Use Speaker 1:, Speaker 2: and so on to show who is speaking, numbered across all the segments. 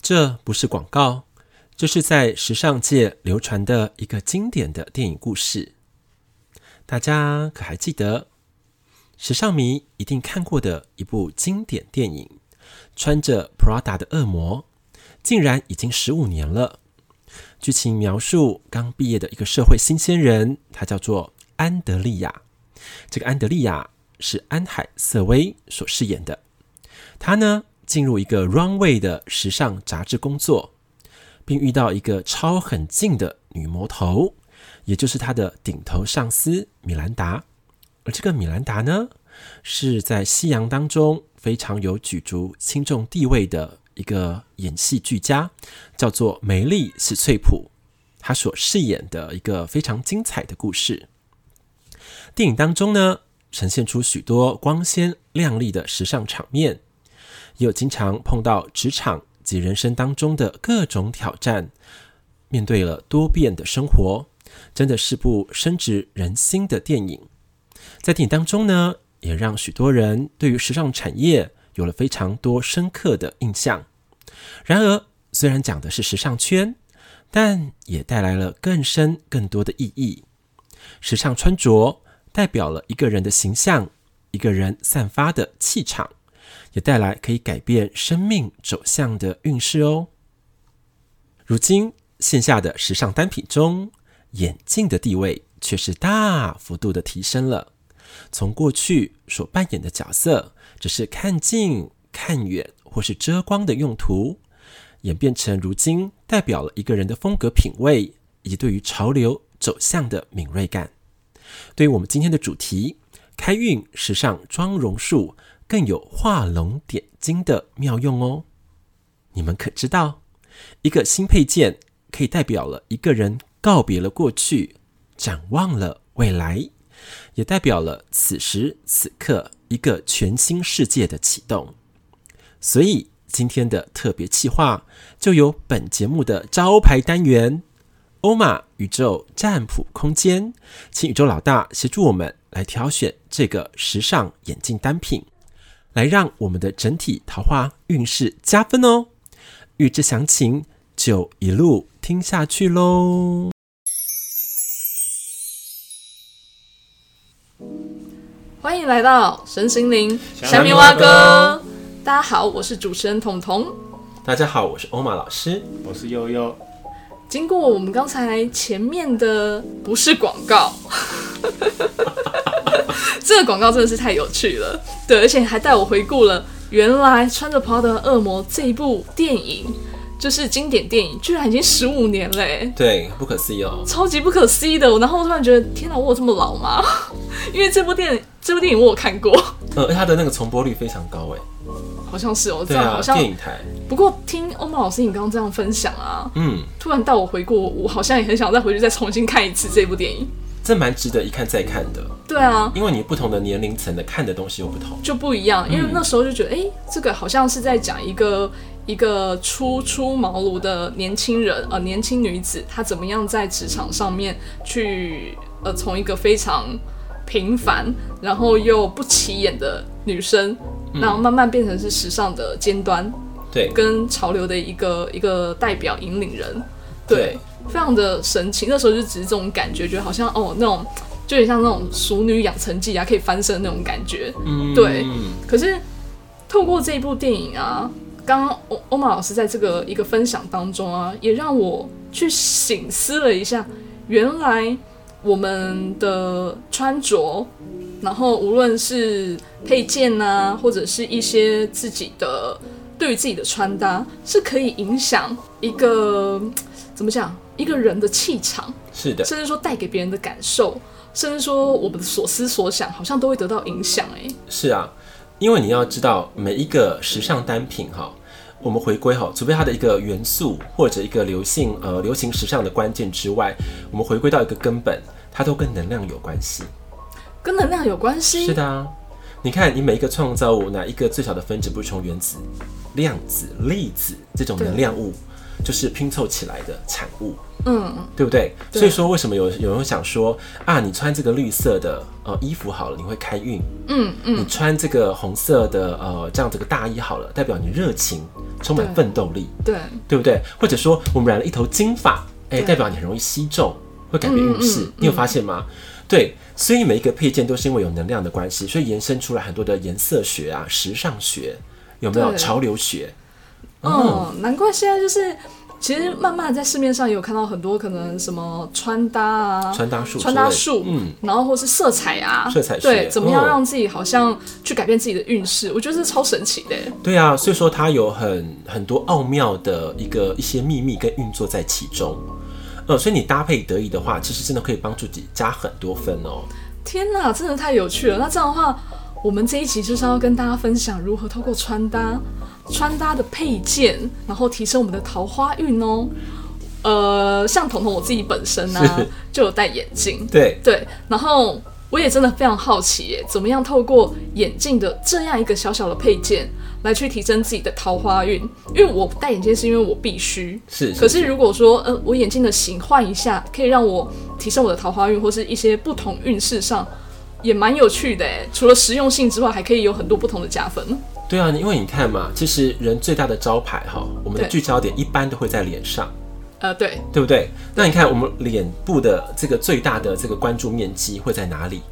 Speaker 1: 这不是广告，这是在时尚界流传的一个经典的电影故事。大家可还记得？时尚迷一定看过的一部经典电影《穿着 Prada 的恶魔》，竟然已经十五年了。剧情描述刚毕业的一个社会新鲜人，他叫做安德利亚。这个安德利亚是安海瑟薇所饰演的。他呢进入一个 runway 的时尚杂志工作，并遇到一个超很近的女魔头，也就是他的顶头上司米兰达。而这个米兰达呢，是在西洋当中非常有举足轻重地位的一个演戏俱佳，叫做梅丽史翠普，她所饰演的一个非常精彩的故事。电影当中呢，呈现出许多光鲜亮丽的时尚场面，也有经常碰到职场及人生当中的各种挑战，面对了多变的生活，真的是部深植人心的电影。在电影当中呢，也让许多人对于时尚产业有了非常多深刻的印象。然而，虽然讲的是时尚圈，但也带来了更深、更多的意义。时尚穿着代表了一个人的形象，一个人散发的气场，也带来可以改变生命走向的运势哦。如今，线下的时尚单品中，眼镜的地位却是大幅度的提升了。从过去所扮演的角色，只是看近、看远或是遮光的用途，演变成如今代表了一个人的风格品味以及对于潮流走向的敏锐感。对于我们今天的主题“开运时尚妆容术”，更有画龙点睛的妙用哦。你们可知道，一个新配件可以代表了一个人告别了过去，展望了未来，也代表了此时此刻一个全新世界的启动。所以今天的特别企划就由本节目的招牌单元“欧玛宇宙占卜空间”，请宇宙老大协助我们来挑选这个时尚眼镜单品，来让我们的整体桃花运势加分哦。预知详情就一路听下去喽。
Speaker 2: 欢迎来到神行灵
Speaker 1: 虾米蛙
Speaker 2: 蛙
Speaker 1: 哥。
Speaker 2: 大家好，我是主持人彤彤。
Speaker 1: 大家好，我是欧玛老师。
Speaker 3: 我是悠悠，
Speaker 2: 经过我们刚才前面的不是广告， 这个广告真的是太有趣了，对，而且还带我回顾了原来《穿着 Prada 的恶魔》这一部电影，就是经典电影，居然已经十五年嘞、
Speaker 1: 对，不可思议哦。
Speaker 2: 超级不可思议的。然后我突然觉得，天哪，我有这么老吗？ 因为这部电影，这部电影我有看过，
Speaker 1: 呃，而且它的那个重播率非常高哎。
Speaker 2: 好像是哦，这
Speaker 1: 对
Speaker 2: 样
Speaker 1: 啊
Speaker 2: 好，像
Speaker 1: 电影台，
Speaker 2: 不过听欧曼老师你刚刚这样分享啊，
Speaker 1: 嗯，
Speaker 2: 突然带我回顾，我好像也很想再回去再重新看一次这部电影。
Speaker 1: 这蛮值得一看再看的，
Speaker 2: 对啊，
Speaker 1: 因为你不同的年龄层的看的东西又不同。
Speaker 2: 就不一样，因为
Speaker 1: 嗯
Speaker 2: 那时候就觉得，哎、这个好像是在讲一个一个初出茅庐的年轻人，呃，年轻女子，她怎么样在职场上面去，呃，从一个非常平凡，然后又不起眼的女生，然后慢慢变成是时尚的尖端，
Speaker 1: 对，
Speaker 2: 跟潮流的一个一个代表引领人，
Speaker 1: 对
Speaker 2: 对，非常的神奇。那时候就只是这种感觉，觉得好像哦那种，就有点像那种熟女养成记啊，可以翻身那种感觉。
Speaker 1: 嗯
Speaker 2: 对可是透过这一部电影啊，刚刚欧欧玛老师在这个一个分享当中啊，也让我去醒思了一下，原来我们的穿着，然后无论是配件呐、或者是一些自己的对于自己的穿搭，是可以影响一个怎么讲一个人的气场。
Speaker 1: 是的，
Speaker 2: 甚至说带给别人的感受，甚至说我们的所思所想，好像都会得到影响。哎，
Speaker 1: 是啊，因为你要知道每一个时尚单品哈，我们回归哈，除非它的一个元素或者一个流行呃流行时尚的关键之外，我们回归到一个根本，它都跟能量有关系。
Speaker 2: 跟能量有关系。
Speaker 1: 是的啊，你看你每一个创造物，哪一个最小的分子不是从原子、量子、粒子这种能量物，就是拼凑起来的产物。
Speaker 2: 嗯，
Speaker 1: 对不对？
Speaker 2: 对
Speaker 1: 所以说，为什么有有人会想说啊，你穿这个绿色的呃衣服好了，你会开运；
Speaker 2: 嗯
Speaker 1: 你
Speaker 2: 嗯，
Speaker 1: 穿这个红色的呃这样子个大衣好了，代表你热情，充满
Speaker 2: 对
Speaker 1: 奋斗力，
Speaker 2: 对，
Speaker 1: 对不对？或者说，我们染了一头金发，哎，
Speaker 2: 对
Speaker 1: 代表你很容易吸皱，会改变运势。
Speaker 2: 嗯嗯嗯
Speaker 1: 你有发现吗？对，所以每一个配件都是因为有能量的关系，所以延伸出来很多的颜色学啊、时尚学，有没有
Speaker 2: 对
Speaker 1: 潮流学？哦
Speaker 2: 嗯，难怪现在就是，其实慢慢在市面上也有看到很多可能什么穿搭啊，
Speaker 1: 穿搭术之类的，
Speaker 2: 穿搭术，
Speaker 1: 嗯，
Speaker 2: 然后或是色彩啊，
Speaker 1: 色彩学哦
Speaker 2: 对，怎么样
Speaker 1: 嗯
Speaker 2: 让自己好像去改变自己的运势，我觉得这超神奇的欸。
Speaker 1: 对啊，所以说它有很很多奥妙的一个一些秘密跟运作在其中。呃，所以你搭配得意的话，其实真的可以帮助自己加很多分哦。
Speaker 2: 天哪，真的太有趣了！那这样的话，我们这一集就是要跟大家分享如何透过穿搭、穿搭的配件，然后提升我们的桃花运哦。呃，像彤彤我自己本身呢、
Speaker 1: 是
Speaker 2: 就有戴眼镜，
Speaker 1: 对，
Speaker 2: 对，然后我也真的非常好奇耶，怎么样透过眼镜的这样一个小小的配件来去提升自己的桃花运？因为我戴眼镜是因为我必须。
Speaker 1: 是。
Speaker 2: 可是如果说，呃，我眼镜的型换一下，可以让我提升我的桃花运，或是一些不同运势上，也蛮有趣的耶。除了实用性之外，还可以有很多不同的加分。
Speaker 1: 对啊，因为你看嘛，其实人最大的招牌哈，我们的
Speaker 2: 对
Speaker 1: 聚焦点一般都会在脸上，
Speaker 2: 呃，对，
Speaker 1: 对不对？那你看我们脸部的这个最大的这个关注面积会在哪里？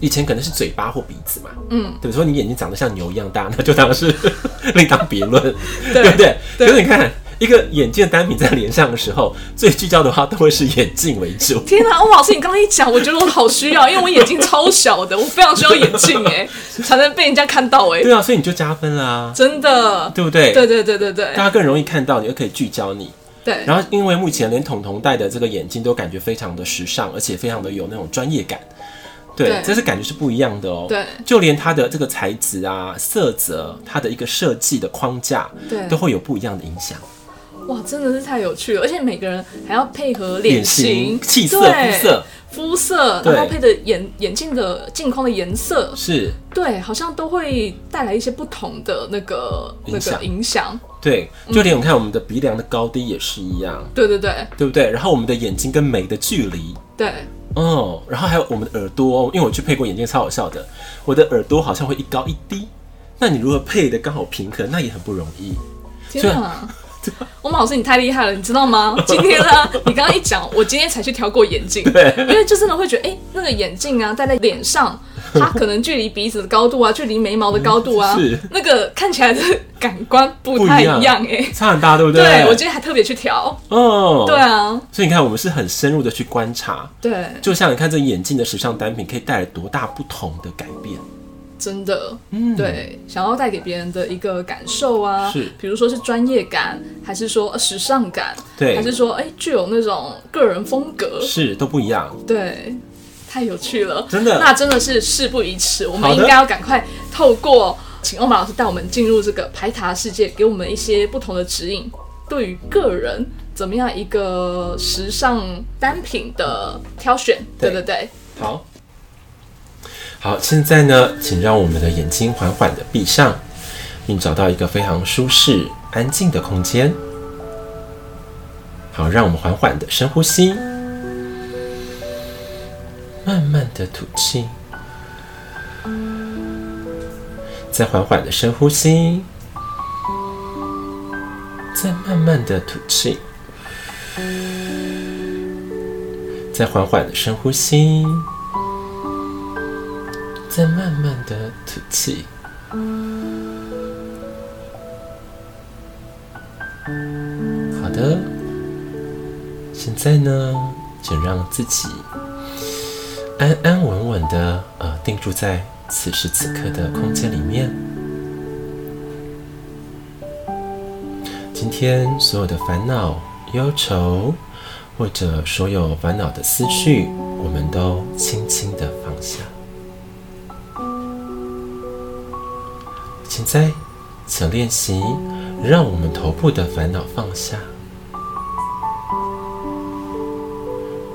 Speaker 1: 以前可能是嘴巴或鼻子嘛，
Speaker 2: 嗯，
Speaker 1: 对不对？说你眼睛长得像牛一样大，那就当然是 另当别论，
Speaker 2: 对
Speaker 1: 对不对？
Speaker 2: 对
Speaker 1: 可是你看一个眼镜的单品在脸上的时候，最聚焦的话都会是眼镜为主。
Speaker 2: 天哪，欧老师，你刚刚一讲，我觉得我好需要，因为我眼睛超小的，我非常需要眼镜哎，才能被人家看到哎，
Speaker 1: 对啊，所以你就加分啦，
Speaker 2: 真的。
Speaker 1: 对不对？
Speaker 2: 对对对对对
Speaker 1: 大家更容易看到你，又可以聚焦你。
Speaker 2: 对，
Speaker 1: 然后，因为目前连彤彤戴的这个眼镜都感觉非常的时尚，而且非常的有那种专业感。对，
Speaker 2: 对
Speaker 1: 这是感觉是不一样的哦。
Speaker 2: 对
Speaker 1: 就连它的这个材质啊、色泽、它的一个设计的框架，
Speaker 2: 对
Speaker 1: 都会有不一样的影响。
Speaker 2: 哇，真的是太有趣了，而且每个人还要配合脸型、
Speaker 1: 脸气色、
Speaker 2: 对
Speaker 1: 肤色，
Speaker 2: 肤色，
Speaker 1: 对
Speaker 2: 然后配的眼眼镜的镜框的颜色，
Speaker 1: 是
Speaker 2: 对，好像都会带来一些不同的那个那
Speaker 1: 影响
Speaker 2: 个影响。
Speaker 1: 对。
Speaker 2: 嗯
Speaker 1: 就连我们看我们的鼻梁的高低也是一样，
Speaker 2: 对对对
Speaker 1: 对不对？然后我们的眼睛跟眉的距离，
Speaker 2: 对，
Speaker 1: 哦，然后还有我们的耳朵，哦因为我去配过眼镜，超好笑的。我的耳朵好像会一高一低，那你如何配的刚好平衡，那也很不容易。
Speaker 2: 天哪！ 我们老师你太厉害了，你知 道吗？今天呢、你刚刚一讲，我今天才去挑过眼镜，
Speaker 1: 对
Speaker 2: 因为就真的会觉得，哎、那个眼镜啊戴在脸上，它可能距离鼻子的高度啊，距离眉毛的高度啊
Speaker 1: 是，
Speaker 2: 那个看起来的感官不太
Speaker 1: 不
Speaker 2: 一
Speaker 1: 一
Speaker 2: 样
Speaker 1: 样
Speaker 2: 哎、
Speaker 1: 差很大，对不对？
Speaker 2: 对，我今天还特别去调。
Speaker 1: 哦，
Speaker 2: 对。啊，
Speaker 1: 所以你看，我们是很深入的去观察，
Speaker 2: 对，
Speaker 1: 就像你看这眼镜的时尚单品，可以带来多大不同的改变。
Speaker 2: 真的，对，想要带给别人的一个感受啊，
Speaker 1: 嗯是
Speaker 2: 比如说是专业感，还是说呃时尚感，
Speaker 1: 对
Speaker 2: 还是说哎、具有那种个人风格，
Speaker 1: 是都不一样。
Speaker 2: 对，太有趣了，
Speaker 1: 真的
Speaker 2: 那真的是事不宜迟，我们
Speaker 1: 好的
Speaker 2: 应该要赶快透过请欧玛老师带我们进入这个排塔世界，给我们一些不同的指引，对于个人怎么样一个时尚单品的挑选，对
Speaker 1: 对
Speaker 2: 对对，
Speaker 1: 好，好，现在呢，请让我们的眼睛缓缓的闭上，并找到一个非常舒适、安静的空间。好，让我们缓缓的深呼吸，慢慢的吐气，再缓缓的深呼吸，再慢慢的吐气，再缓缓的深呼吸，再慢慢的吐气。好的，现在呢，请让自己安安稳稳的呃定住在此时此刻的空间里面。今天所有的烦恼、忧愁，或者所有烦恼的思绪，我们都轻轻的放下。现在，请练习让我们头部的烦恼放下，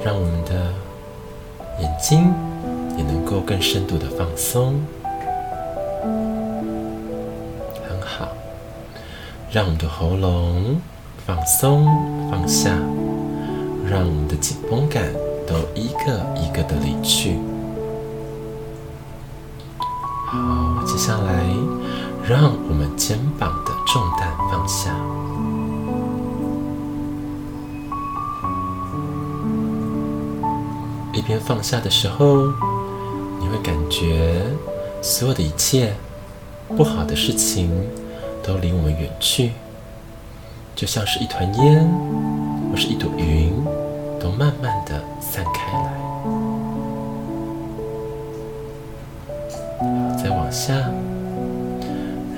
Speaker 1: 让我们的眼睛也能够更深度的放松。很好，让我们的喉咙放松放下。让我们的紧绷感都一个一个的离去。好，接下来让我们肩膀的重担放下。一边放下的时候，你会感觉所有的一切不好的事情都离我们远去，就像是一团烟或是一朵云，都慢慢的散开来。再往下，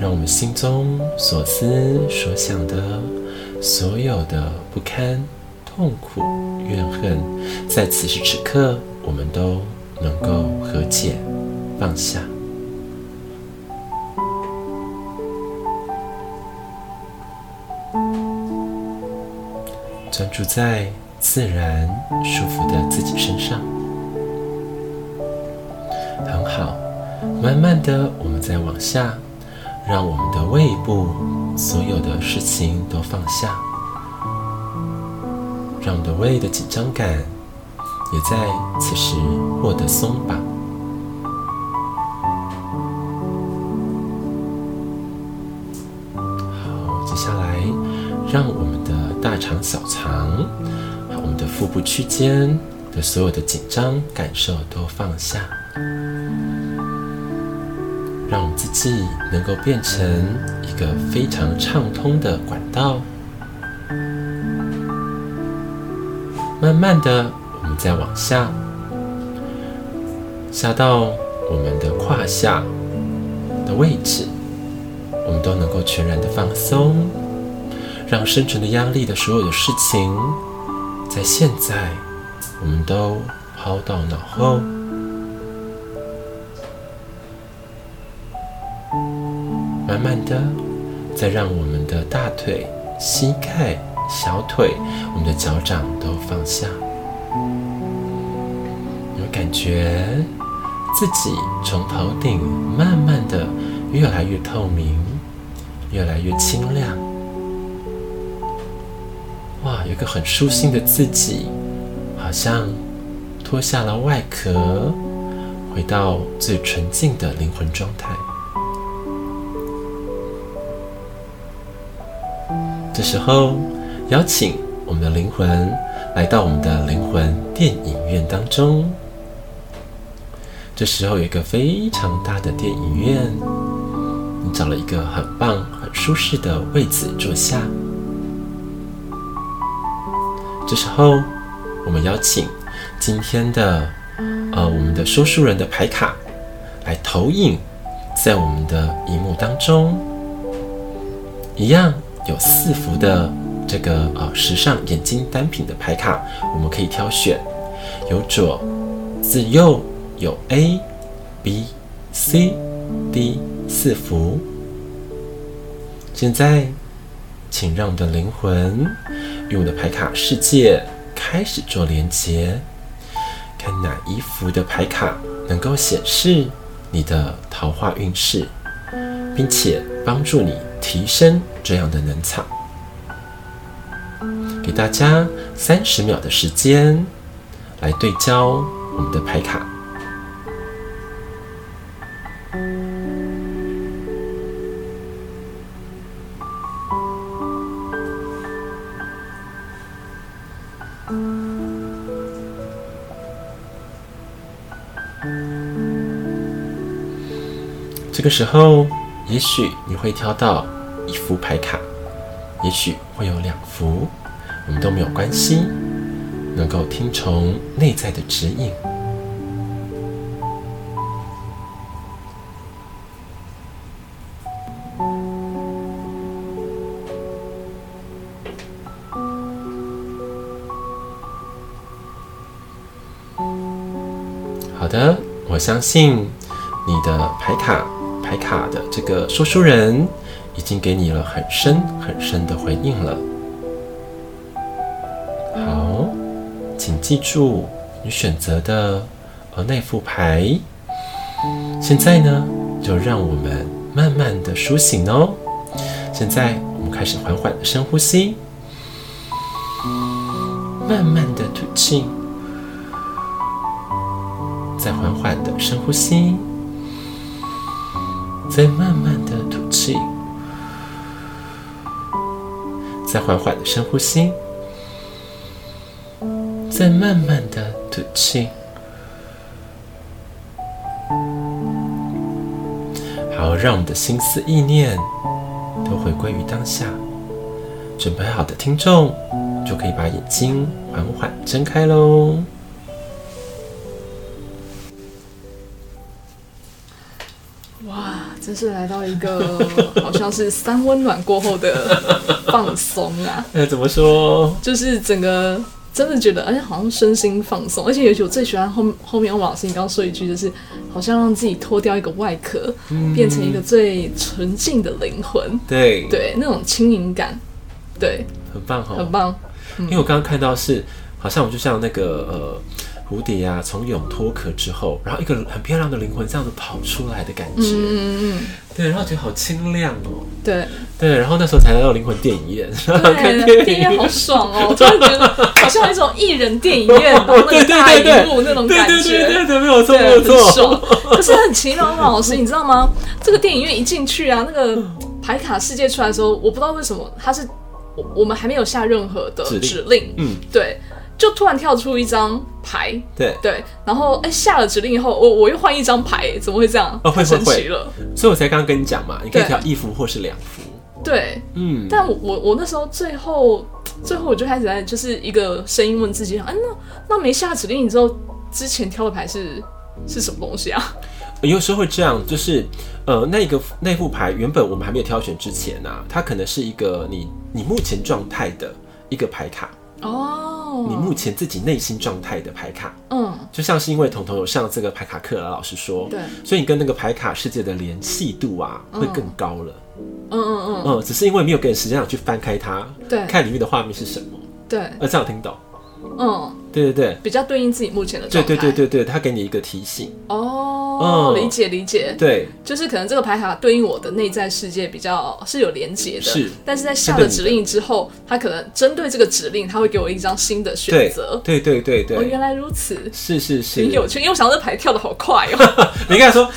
Speaker 1: 让我们心中所思所想的所有的不堪、痛苦、怨恨，在此时此刻，我们都能够和解、放下。专注在自然舒服的自己身上，很好。慢慢的，我们再往下，让我们的胃部所有的事情都放下，让我们的胃的紧张感也在此时获得松绑。好，接下来让我们的大肠、小肠，还有我们的腹部区间的所有的紧张感受都放下。让我们自己能够变成一个非常畅通的管道。慢慢的，我们再往下，下到我们的胯下的位置，我们都能够全然的放松，让生存的压力的所有的事情，在现在我们都抛到脑后。慢慢的，再让我们的大腿、膝盖、小腿、我们的脚掌都放下。有感觉自己从头顶慢慢的越来越透明，越来越清亮。哇，有一个很舒心的自己，好像脱下了外壳，回到最纯净的灵魂状态。这时候，邀请我们的灵魂来到我们的灵魂电影院当中。这时候有一个非常大的电影院，你找了一个很棒、很舒适的位子坐下。这时候，我们邀请今天的呃我们的说书人的牌卡来投影在我们的荧幕当中，一样。有四幅的这个呃时尚眼镜单品的牌卡，我们可以挑选，由左至右有 A、B、C、D 四幅。现在，请让我们的灵魂与我们的牌卡世界开始做连接，看哪一幅的牌卡能够显示你的桃花运势，并且帮助你。提升这样的能场，给大家三十秒的时间来对焦我们的牌卡。这个时候。也许你会挑到一副牌卡，也许会有两幅，我们都没有关系，能够听从内在的指引。好的，我相信你的牌卡。牌卡的这个说书人已经给你了很深很深的回应了。好，请记住你选择的呃那副牌。现在呢，就让我们慢慢的苏醒哦。现在我们开始缓缓的深呼吸，慢慢的吐气，再缓缓的深呼吸，再慢慢的吐气，再缓缓的深呼吸，再慢慢的吐气。好，让我们的心思意念都回归于当下。准备好的听众就可以把眼睛缓缓睁开喽。
Speaker 2: 哇，真是来到一个好像是三温暖过后的放松啊，
Speaker 1: 那哎怎么说？
Speaker 2: 就是整个真的觉得，而且好像身心放松，而且尤其我最喜欢后后面欧马老师你刚刚说一句，就是好像让自己脱掉一个外壳，
Speaker 1: 嗯
Speaker 2: 变成一个最纯净的灵魂，
Speaker 1: 对，
Speaker 2: 对，那种轻盈感，对，
Speaker 1: 很棒哦，
Speaker 2: 很棒，
Speaker 1: 因为我刚刚看到是，好像我就像那个呃蝴蝶啊，从蛹脱壳之后，然后一个很漂亮的灵魂这样子跑出来的感觉，
Speaker 2: 嗯嗯嗯，
Speaker 1: 对，然后觉得好清亮哦，
Speaker 2: 对。
Speaker 1: 对，然后那时候才来到灵魂电影院，然后 看
Speaker 2: 对，
Speaker 1: 电
Speaker 2: 电
Speaker 1: 影
Speaker 2: 影院好爽哦！我突然觉得好像有一种艺人电影 院，然后那
Speaker 1: 对
Speaker 2: 个
Speaker 1: 对
Speaker 2: 大
Speaker 1: 对对
Speaker 2: 荧幕那种
Speaker 1: 对
Speaker 2: 感
Speaker 1: 对对
Speaker 2: 觉
Speaker 1: 对。对，没有错，没有
Speaker 2: 对，很
Speaker 1: 错，
Speaker 2: 爽。 可是很奇妙，王老师，你知道吗？这个电影院一进去啊，那个牌卡世界出来的时候，我不知道为什么它是我我们还没有下任何的
Speaker 1: 指令
Speaker 2: 指令，
Speaker 1: 嗯，
Speaker 2: 对，就突然跳出一张牌，
Speaker 1: 对。
Speaker 2: 对，然后哎、下了指令以后，我我又换一张牌，怎么会这样？
Speaker 1: 哦会
Speaker 2: 太神
Speaker 1: 会
Speaker 2: 奇了，
Speaker 1: 所以我才刚刚跟你讲嘛，你可以
Speaker 2: 对
Speaker 1: 挑一幅或是两幅。
Speaker 2: 对，
Speaker 1: 嗯，
Speaker 2: 但我我我那时候最后最后我就开始在就是一个声音问自己，啊，那那没下指令你之后，之前挑的牌是是什么东西啊？
Speaker 1: 有时候会这样，就是呃，那个那副牌原本我们还没有挑选之前啊，它可能是一个你你目前状态的一个牌卡，
Speaker 2: 哦，
Speaker 1: 你目前自己内心状态的牌卡。
Speaker 2: 嗯，
Speaker 1: 就像是因为彤彤有上这个牌卡课，老师说，
Speaker 2: 对，
Speaker 1: 所以你跟那个牌卡世界的联系度啊会更高了。
Speaker 2: 嗯嗯
Speaker 1: 嗯，只是因为没有给你时间想去翻开它，
Speaker 2: 嗯，对
Speaker 1: 看里面的画面是什么，
Speaker 2: 对，
Speaker 1: 呃，这样听懂？
Speaker 2: 嗯，
Speaker 1: 对对对。
Speaker 2: 比较对应自己目前的
Speaker 1: 对
Speaker 2: 状态。
Speaker 1: 对对对对，他给你一个提醒，
Speaker 2: 哦，
Speaker 1: 嗯
Speaker 2: 理解理解，
Speaker 1: 对，
Speaker 2: 就是可能这个牌卡对应我的内在世界比较是有连结的，
Speaker 1: 是
Speaker 2: 但是在下
Speaker 1: 针对
Speaker 2: 了
Speaker 1: 你
Speaker 2: 指令之后，他可能针对这个指令，他会给我一张新的选
Speaker 1: 对
Speaker 2: 择，。
Speaker 1: 对对对
Speaker 2: 哦，原
Speaker 1: 对，
Speaker 2: 来如此，
Speaker 1: 是是是，
Speaker 2: 挺有趣，因为我想到这牌跳的好快哦。
Speaker 1: 你刚才说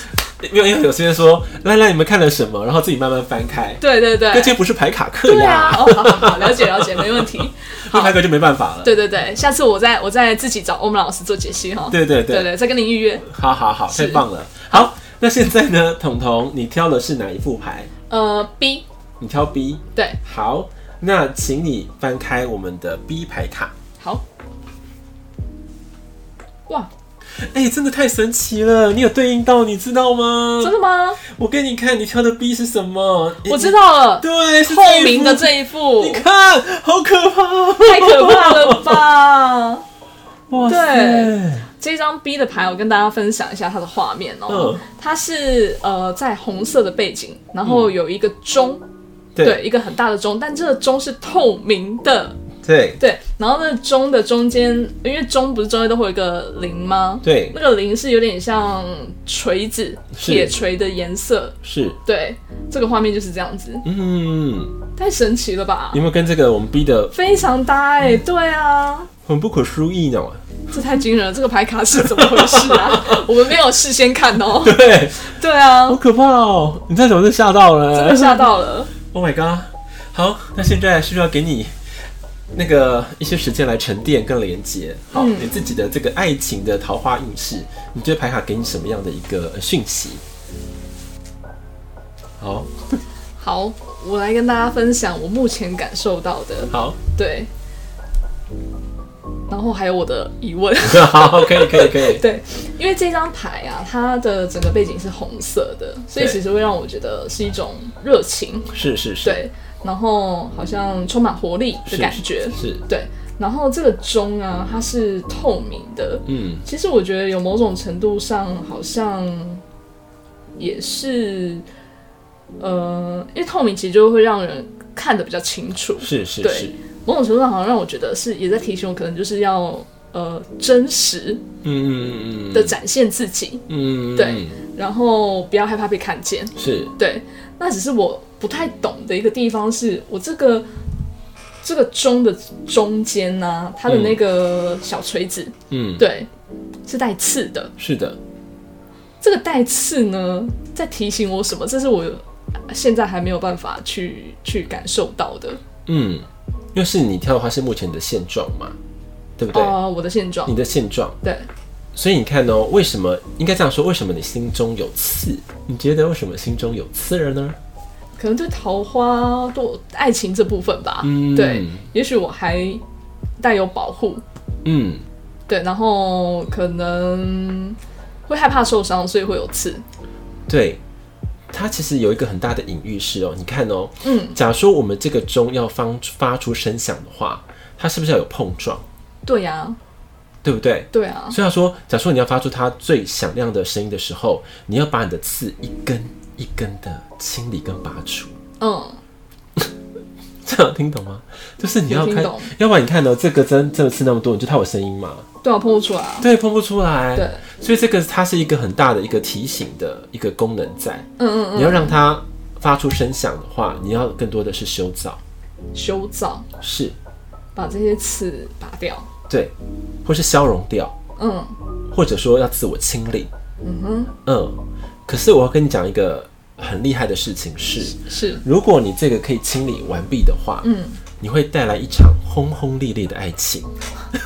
Speaker 1: 没有，因为有些人说，来来，你们看了什么？然后自己慢慢翻开，
Speaker 2: 对对对，
Speaker 1: 这些不是排卡课
Speaker 2: 对
Speaker 1: 呀，
Speaker 2: 啊，哦，好好好，了解了解，没问题。
Speaker 1: 不
Speaker 2: 好
Speaker 1: 排，课就没办法了。
Speaker 2: 对对对，下次我再我再自己找欧曼老师做解析哈。
Speaker 1: 对对
Speaker 2: 对
Speaker 1: 对，
Speaker 2: 对，再跟您预约。
Speaker 1: 好好好，太
Speaker 2: 是
Speaker 1: 棒了。好，那现在呢，彤彤，你挑的是哪一副牌？
Speaker 2: 呃，B，
Speaker 1: 你挑 B。
Speaker 2: 对，
Speaker 1: 好，那请你翻开我们的 B 牌卡。
Speaker 2: 好。哇，
Speaker 1: 哎、真的太神奇了，你有对应到，你知道吗
Speaker 2: 真？的吗？
Speaker 1: 我给你看，你挑的 B 是什么？
Speaker 2: 我知
Speaker 1: 道，
Speaker 2: 道了，
Speaker 1: 对，是
Speaker 2: 透明的
Speaker 1: 这一
Speaker 2: 这一副
Speaker 1: 副， 你看，好可怕哦，
Speaker 2: 太可怕了吧！
Speaker 1: 哇塞，
Speaker 2: 这张 B 的牌，我跟大家分享一下它的画面哦
Speaker 1: 嗯。
Speaker 2: 它是呃在红色的背景，然后有一个钟，对，一个很大的钟，但这个钟是透明的，
Speaker 1: 对
Speaker 2: 对。然后那钟的中间，因为钟不是中间都会有一个零吗？
Speaker 1: 对
Speaker 2: 那，个零是有点像锤子、
Speaker 1: 是
Speaker 2: 铁锤的颜色，
Speaker 1: 是。
Speaker 2: 对。这个画面就是这样子，
Speaker 1: 嗯，
Speaker 2: 太神奇了吧
Speaker 1: 有！没有跟这个我们 B 的
Speaker 2: 非常搭哎、
Speaker 1: 嗯
Speaker 2: 对啊，
Speaker 1: 很不可思议呢？
Speaker 2: 这太惊人了！这个牌卡是怎么回事啊？ 我们没有事先看哦。
Speaker 1: 对，
Speaker 2: 对啊
Speaker 1: 好，可怕哦！你再怎么就吓到
Speaker 2: 真的
Speaker 1: 了
Speaker 2: 吓到了。
Speaker 1: ？Oh my god！好，那现在是不是要给你那个一些时间来沉淀跟连接？好，
Speaker 2: 嗯
Speaker 1: 你自己的这个爱情的桃花运势，你觉得牌卡给你什么样的一个呃讯息？好
Speaker 2: 好，我来跟大家分享我目前感受到的，
Speaker 1: 好
Speaker 2: 对，然后还有我的 疑问。
Speaker 1: 好，可以可以可以，
Speaker 2: 对，因为这张牌啊，它的整个背景是红色的，所以
Speaker 1: 对
Speaker 2: 其实会让我觉得是一种热情，
Speaker 1: 是是是，
Speaker 2: 对，然后好像充满活力的
Speaker 1: 是，
Speaker 2: 感觉，
Speaker 1: 是，
Speaker 2: 对。然后这个钟啊，它是透明的，
Speaker 1: 嗯，
Speaker 2: 其实我觉得有某种程度上好像也是，呃，因为透明其实就会让人看得比较清楚，
Speaker 1: 是是
Speaker 2: 对
Speaker 1: 是，
Speaker 2: 某种程度上好像让我觉得是也在提醒我，可能就是要呃真实
Speaker 1: 嗯嗯嗯嗯
Speaker 2: 的展现自己，
Speaker 1: 嗯，嗯
Speaker 2: 对，然后不要害怕被看见。
Speaker 1: 是
Speaker 2: 对，那只是我不太懂的一个地方是，我这个这个钟的中间呢、它的那个小锤子，
Speaker 1: 嗯，
Speaker 2: 对，是带刺的。
Speaker 1: 是的，
Speaker 2: 这个带刺呢，在提醒我什么？这是我现在还没有办法去去感受到的。
Speaker 1: 嗯，又是你跳的话是目前你的现状嘛，对不对？
Speaker 2: 哦、我的现状
Speaker 1: 你。的现状，
Speaker 2: 对，
Speaker 1: 所以你看哦，为什么应该这样说？为什么你心中有刺？你觉得为什么心中有刺了呢？
Speaker 2: 可能对桃花、对爱情这部分吧。
Speaker 1: 嗯
Speaker 2: 对，也许我还带有保护。
Speaker 1: 嗯，
Speaker 2: 对，然后可能会害怕受伤，所以会有刺。
Speaker 1: 对，它其实有一个很大的隐喻是哦，你看哦，
Speaker 2: 嗯，
Speaker 1: 假如说我们这个钟要放发出声响的话，它是不是要有碰撞，
Speaker 2: 对呀、
Speaker 1: 对不对？
Speaker 2: 对啊，
Speaker 1: 所以他说，假如说你要发出它最响亮的声音的时候，你要把你的刺一根一根的清理跟拔除。
Speaker 2: 嗯，
Speaker 1: 这样听懂吗？就是你要
Speaker 2: 有听
Speaker 1: 看
Speaker 2: 懂，
Speaker 1: 要不然你看哦，这个针这次那么多，你就它有声音嘛？
Speaker 2: 对啊，碰不出来啊。
Speaker 1: 对，碰不出来。
Speaker 2: 对，
Speaker 1: 所以这个它是一个很大的一个提醒的一个功能在。
Speaker 2: 嗯嗯
Speaker 1: 你要让它发出声响的话，你要更多的是修造，
Speaker 2: 嗯，修造，
Speaker 1: 是
Speaker 2: 把这些刺拔掉。
Speaker 1: 对，或是消融掉，
Speaker 2: 嗯
Speaker 1: 或者说要自我清理。
Speaker 2: 嗯哼，
Speaker 1: 嗯，可是我要跟你讲一个很厉害的事情是，
Speaker 2: 是，
Speaker 1: 如果你这个可以清理完毕的话，
Speaker 2: 嗯，
Speaker 1: 你会带来一场轰轰烈烈的爱情，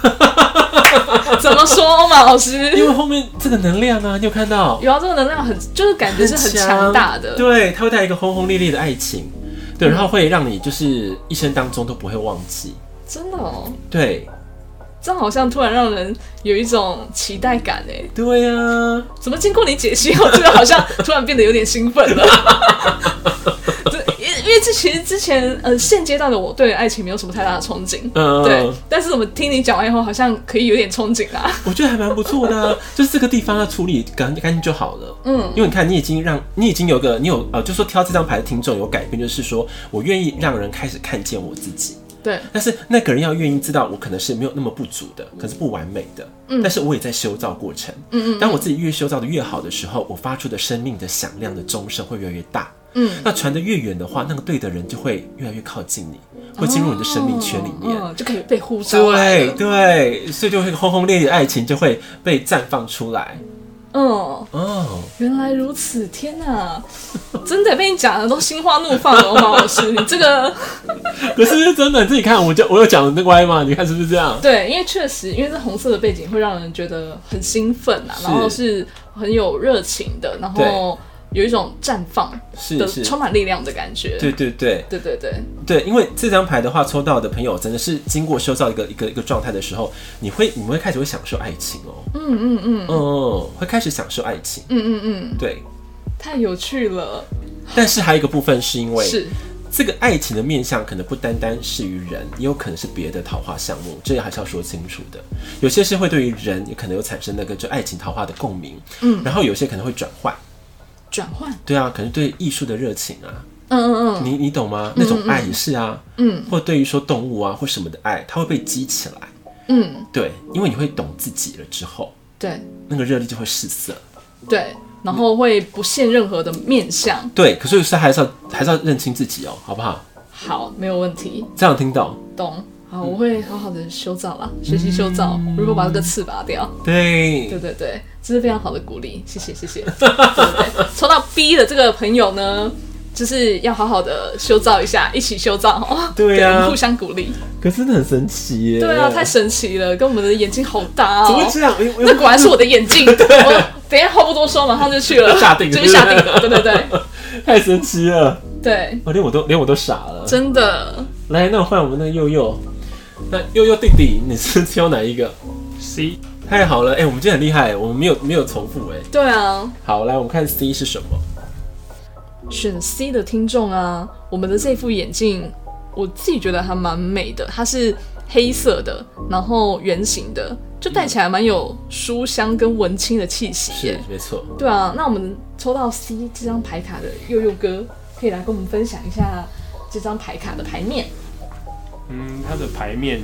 Speaker 2: 怎么说，欧马老
Speaker 1: 因
Speaker 2: 师？
Speaker 1: 为后面这个能量啊，你有看到
Speaker 2: 有啊，这个能量很，就是感觉是很强大的。嗯
Speaker 1: 对，它会带来一个轰轰烈烈的爱情，对，然后会让你就是一生当中都不会忘记，
Speaker 2: 真的哦，
Speaker 1: 对，
Speaker 2: 这好像突然让人有一种期待感哎。
Speaker 1: 对呀、啊，
Speaker 2: 怎么经过你解析，我觉得好像突然变得有点兴奋 了。对，因因为这其实之前呃现阶段的我对爱情没有什么太大的憧憬，
Speaker 1: 嗯
Speaker 2: 对，但是我们听你讲完以后，好像可以有点憧憬啦。
Speaker 1: 我觉得还蛮不错的、啊， 就是这个地方要处理干干净就好了。
Speaker 2: 嗯
Speaker 1: 因为你看，你已经让你已经有个你有呃，就说挑这张牌的听众有改变，就是说我愿意让人开始看见我自己，
Speaker 2: 对，
Speaker 1: 但是那个人要愿意知道我可能是没有那么不足的，可是不完美的，
Speaker 2: 嗯
Speaker 1: 但是我也在修造过程。
Speaker 2: 嗯嗯
Speaker 1: 当我自己越修造的越好的时候，我发出的生命的响亮的钟声会越来越大。
Speaker 2: 嗯，
Speaker 1: 那传得越远的话，那个对的人就会越来越靠近你，会进入你的生命圈里面。
Speaker 2: 哦哦嗯就可以被呼召来
Speaker 1: 对
Speaker 2: 了。
Speaker 1: 对，所以就会轰轰烈烈的爱情就会被绽放出来。
Speaker 2: 嗯，
Speaker 1: 哦，
Speaker 2: 原来如此，天哪， 真的被你讲的都心花怒放了，王老师，你这个
Speaker 1: 可是是真的，你自己看，我就我有讲的歪吗？你看是不是这样？
Speaker 2: 对，因为确实，因为这红色的背景会让人觉得很兴奋啊，
Speaker 1: 是
Speaker 2: 然后是很有热情的，然后有一种绽放
Speaker 1: 是
Speaker 2: 的、
Speaker 1: 是，
Speaker 2: 充满力量的感觉。
Speaker 1: 对对对
Speaker 2: 对对对，
Speaker 1: 对，因为这张牌的话，抽到的朋友真的是经过修造一个一个一个状态的时候，你会你们会开始会享受爱情哦，
Speaker 2: 嗯嗯嗯
Speaker 1: 嗯，会开始享受爱情。
Speaker 2: 嗯嗯嗯，
Speaker 1: 对，
Speaker 2: 太有趣了。
Speaker 1: 但是还有一个部分是因为
Speaker 2: 是，
Speaker 1: 这个爱情的面向可能不单单是于人，也有可能是别的桃花项目，这还是要说清楚的。有些是会对于人也可能有产生那个就爱情桃花的共鸣，
Speaker 2: 嗯
Speaker 1: 然后有些可能会转换，
Speaker 2: 转换。
Speaker 1: 对啊，可能对艺术的热情啊，
Speaker 2: 嗯嗯嗯
Speaker 1: 你你懂吗？那种爱也是啊，
Speaker 2: 嗯
Speaker 1: 或对于说动物啊或什么的爱，它会被激起来，
Speaker 2: 嗯，
Speaker 1: 对，因为你会懂自己了之后，
Speaker 2: 对
Speaker 1: 那个热力就会失色。
Speaker 2: 对，然后会不限任何的面相。
Speaker 1: 对，可是是还是要还是要认清自己哦，好不好？
Speaker 2: 好，没有问题，
Speaker 1: 这样听懂？
Speaker 2: 懂。好，我会好好的修造啦，学习修造。
Speaker 1: 嗯
Speaker 2: 如果把这个刺拔掉。
Speaker 1: 对，
Speaker 2: 对对对，这是非常好的鼓励，谢谢谢 谢。对对对，抽到 B 的这个朋友呢，就是要好好的修造一下，一起修造哦。
Speaker 1: 对啊
Speaker 2: 我们互相鼓励。
Speaker 1: 可是真的很神奇耶。
Speaker 2: 对啊，太神奇了，跟我们的眼睛好搭
Speaker 1: 怎么
Speaker 2: 哦
Speaker 1: 会。这样？因
Speaker 2: 那
Speaker 1: 为
Speaker 2: 果然是我的 眼睛，我等一下话不多说，马上就去了，
Speaker 1: 下定了
Speaker 2: 就是下定了，对对对
Speaker 1: 太神奇了，哦
Speaker 2: 对，
Speaker 1: 我连我都连我都傻了。
Speaker 2: 真的
Speaker 1: 来，那我换我们那个佑佑，那佑佑弟弟，你是挑哪一个？
Speaker 3: C
Speaker 1: 太好了，哎、我们今天很厉害，我们没有没有重复哎。
Speaker 2: 对啊。
Speaker 1: 好，来我们看 C 是什么？
Speaker 2: 选 C 的听众啊，我们的这副眼镜，我自己觉得还蛮美的，它是黑色的，然后圆形的，就戴起来蛮有书香跟文青的气息
Speaker 1: 是
Speaker 2: 耶。
Speaker 1: 没错，
Speaker 2: 对啊，那我们抽到 C 这张牌卡的佑佑哥，可以来跟我们分享一下这张牌卡的牌面。
Speaker 3: 嗯，它的牌面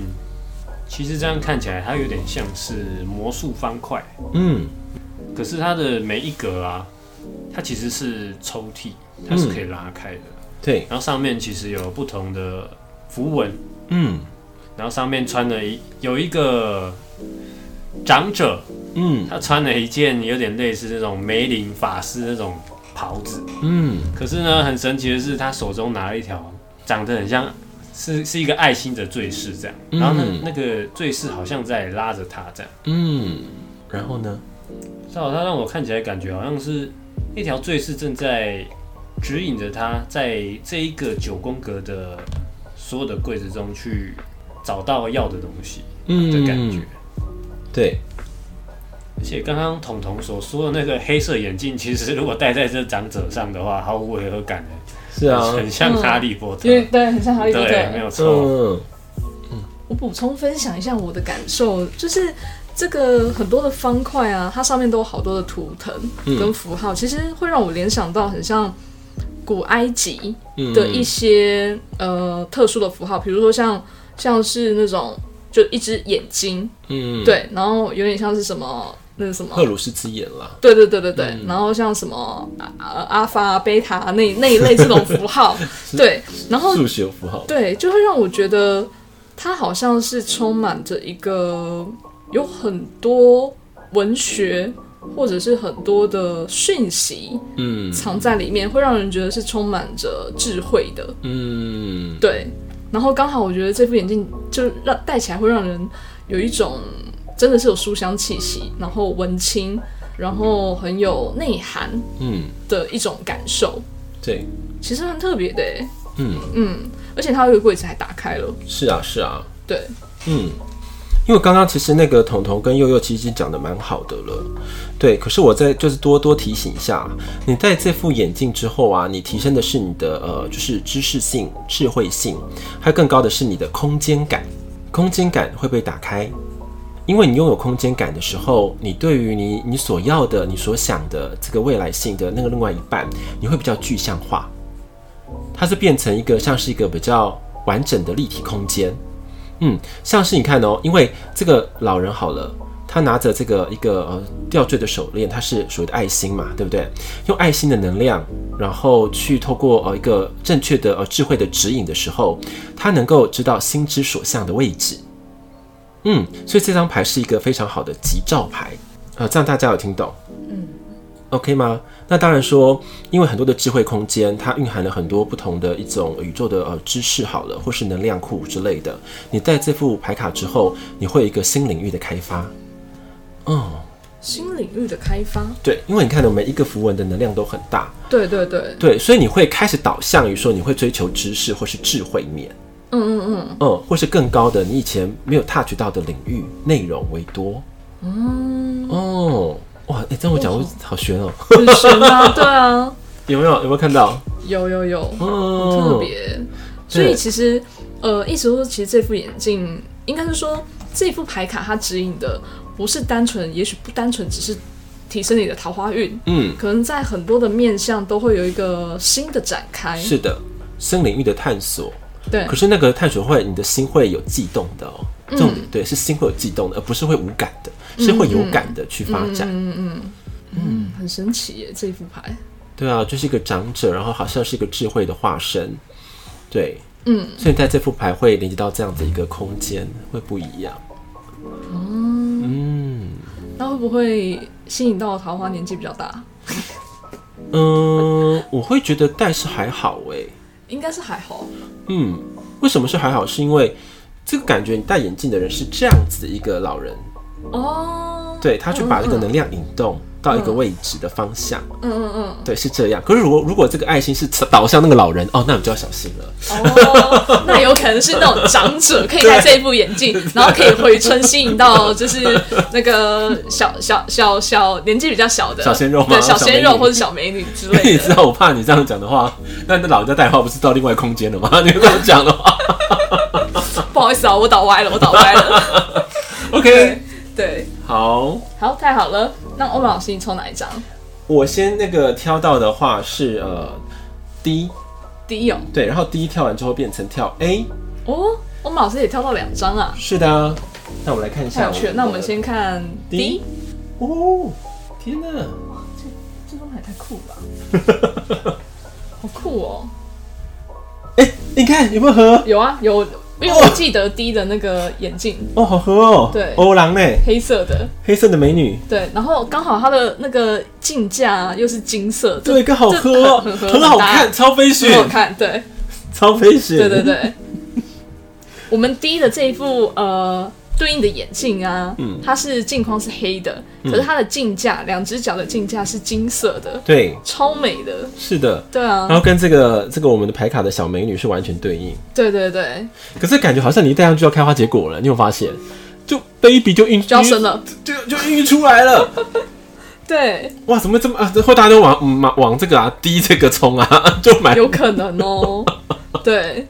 Speaker 3: 其实这样看起来，它有点像是魔术方块，
Speaker 1: 嗯
Speaker 3: 可是它的每一格啊，它其实是抽嗯屉，它是可以拉开的，
Speaker 1: 对，
Speaker 3: 然后上面其实有不同的符文，
Speaker 1: 嗯
Speaker 3: 然后上面穿了一有一个长者，
Speaker 1: 嗯
Speaker 3: 他穿了一件有点类似那种梅林法师那种袍子，
Speaker 1: 嗯
Speaker 3: 可是呢，很神奇的是，他手中拿了一条长得很像是是一个爱心的坠饰这样，
Speaker 1: 嗯
Speaker 3: 然后呢，那个坠饰好像在拉着他这样，
Speaker 1: 嗯，然后呢？
Speaker 3: 正好他让我看起来感觉好像是那条坠饰正在指引着他在这一个九宫格的所有的柜子中去找到要的东西
Speaker 1: 嗯
Speaker 3: 的感觉。
Speaker 1: 对，
Speaker 3: 而且刚刚彤彤所说的那个黑色眼镜，其实如果戴在这长者上的话，毫无违和感的，
Speaker 1: 是啊，
Speaker 3: 很像哈利波特。
Speaker 2: 嗯因为对，很像哈利波
Speaker 3: 对，没
Speaker 2: 特。
Speaker 3: 有错。
Speaker 1: 嗯
Speaker 2: 我补充分享一下我的感受，就是这个很多的方块啊，它上面都有好多的图腾跟符号，其实会让我联想到很像古埃及
Speaker 1: 嗯
Speaker 2: 的一些、呃特殊的符号，比如说像像是那种就一只眼睛，
Speaker 1: 嗯，
Speaker 2: 对，然后有点像是什么那个什么
Speaker 1: 赫鲁嗯斯之眼啦，
Speaker 2: 对对对对对，然后像什么啊啊阿法、贝塔那那一类这种 符号，对，然后
Speaker 1: 数学符号，
Speaker 2: 对，就会让我觉得它好像是充满着一个有很多文学或者是很多的讯息
Speaker 1: 嗯
Speaker 2: 藏在里面，会让人觉得是充满着智慧的，
Speaker 1: 嗯
Speaker 2: 对。然后刚好我觉得这副眼镜就让戴起来会让人有一种真的是有书香气息，然后文青，然后很有内涵，
Speaker 1: 嗯，
Speaker 2: 的一种感受，
Speaker 1: 对，
Speaker 2: 其实蛮特别的欸
Speaker 1: 嗯
Speaker 2: 嗯，而且它有一个柜子还打开了，
Speaker 1: 是啊是啊，
Speaker 2: 对，
Speaker 1: 嗯，因为刚刚其实那个彤彤跟佑佑其实已经讲的蛮好的了，对。可是我再就是多多提醒一下，你戴这副眼镜之后啊，你提升的是你的呃，就是知识性、智慧性，还有更高的是你的空间感，空间感会被打开。因为你拥有空间感的时候，你对于你你所要的、你所想的这个未来性的那个另外一半，你会比较具象化，它是变成一个像是一个比较完整的立体空间。嗯，像是你看哦，因为这个老人好了，他拿着这个一个呃吊坠的手链，它是属于的爱心嘛，对不对？用爱心的能量，然后去透过呃一个正确的呃智慧的指引的时候，他能够知道心之所向的位置。嗯，所以这张牌是一个非常好的吉兆牌，呃，这样大家有听懂？OK 吗？那当然说，因为很多的智慧空间，它蕴含了很多不同的一种宇宙的呃知识，好了，或是能量库之类的。你带这副牌卡之后，你会有一个新领域的开发。哦，
Speaker 2: 新领域的开发，
Speaker 1: 对，因为你看，我们一个符文的能量都很大，
Speaker 2: 对对对，
Speaker 1: 对，所以你会开始导向于说，你会追求知识或是智慧面，
Speaker 2: 嗯嗯嗯，
Speaker 1: 嗯，或是更高的你以前没有 touch 到的领域内容为多。嗯，哦，哇，哎、这样我讲，我好悬哦，
Speaker 2: 很神啊， 对啊，
Speaker 1: 有没有？有没有看到？
Speaker 2: 有有有，
Speaker 1: 嗯，
Speaker 2: 很特别。所以其实，呃，意思说，其实这副眼镜应该是说，这副牌卡它指引的不是单纯，也许不单纯只是提升你的桃花运，
Speaker 1: 嗯。
Speaker 2: 可能在很多的面向都会有一个新的展开，
Speaker 1: 是的，新领域的探索。
Speaker 2: 对
Speaker 1: 可，是那个探索会，你的心会有悸动的哦。重点对，是心会有悸动的，而不是会无感的，是会有感的去发展。
Speaker 2: 很神奇耶，这副牌。
Speaker 1: 对啊，就是一个长者，然后好像是一个智慧的化身。对，嗯，所以在这副牌会连接到这样的一个空间，会不一样。
Speaker 2: 那会不会吸引到桃花年纪比较大？
Speaker 1: 嗯，我会觉得但是还好诶、
Speaker 2: 应该是还好，
Speaker 1: 嗯，为什么是还好？是因为这个感觉，你戴眼镜的人是这样子的一个老人，
Speaker 2: 哦，
Speaker 1: 对他去把这个能量引动到一个位置的方向。
Speaker 2: 嗯嗯嗯，
Speaker 1: 对，是这样。可是如果如果这个爱心是导向那个老人哦，那你就要小心了。
Speaker 2: 哦，那有可能是那种长者可以戴这一副 眼镜，然后可以回春，吸引到就是那个小小小小年纪比较小的
Speaker 1: 小鲜肉吗
Speaker 2: 对，小鲜
Speaker 1: 小美女
Speaker 2: 肉或者小美女之
Speaker 1: 因为
Speaker 2: 类
Speaker 1: 你知
Speaker 2: 的。
Speaker 1: 道，我怕你这样讲的话，那那老人家带话不是到另外空间了吗？ 你这样讲的 话
Speaker 2: 不好意思啊，我倒歪了，我倒 歪了。
Speaker 1: ，OK，
Speaker 2: 对，
Speaker 1: 好，
Speaker 2: 好，太好了。那欧老师，你抽哪一张？
Speaker 1: 我先那个挑到的话是呃 D，
Speaker 2: 第一哦，
Speaker 1: 对，然后 D 跳完之后变成跳 A，
Speaker 2: 哦，欧老师也挑到两张啊，
Speaker 1: 是的啊。那我们来看一
Speaker 2: 太
Speaker 1: 下
Speaker 2: 有
Speaker 1: 的，
Speaker 2: 趣了。那我们先看
Speaker 1: 第
Speaker 2: 第
Speaker 1: 一
Speaker 2: 一，
Speaker 1: 哦，天哪，
Speaker 2: 这张牌太酷了吧， 好酷哦。哦
Speaker 1: 哎、你看有没有合？
Speaker 2: 有啊，有因为我记得 D 的那个眼镜
Speaker 1: 哦，好喝哦，
Speaker 2: 对
Speaker 1: 欧郎呢？
Speaker 2: 黑色的，
Speaker 1: 黑色的美女，
Speaker 2: 对，然后刚好它的那个镜架啊又是金色的，
Speaker 1: 对，更好喝哦，
Speaker 2: 这很很合
Speaker 1: 很好
Speaker 2: 很搭
Speaker 1: 看，超飞雪
Speaker 2: 很，好看，对，
Speaker 1: 超飞雪，
Speaker 2: 对对，对。我们 D 的这一副呃对应的眼镜啊，
Speaker 1: 嗯
Speaker 2: 它是镜框是黑的，可是它的镜架两只脚的镜架是金色的，
Speaker 1: 对，
Speaker 2: 超美的，
Speaker 1: 是的。
Speaker 2: 对啊
Speaker 1: 然，后跟这个这个我们的牌卡的小美女是完全对应，
Speaker 2: 对对对，
Speaker 1: 可是感觉好像你一戴上去要开花结果了，你有发现？就 baby 就孕
Speaker 2: 就要生，了，
Speaker 1: 就就孕育出来了，
Speaker 2: 对，
Speaker 1: 哇，怎么这么啊？会大家都往嗯往往这个啊低这个冲啊， 就买
Speaker 2: 有可能哦，对，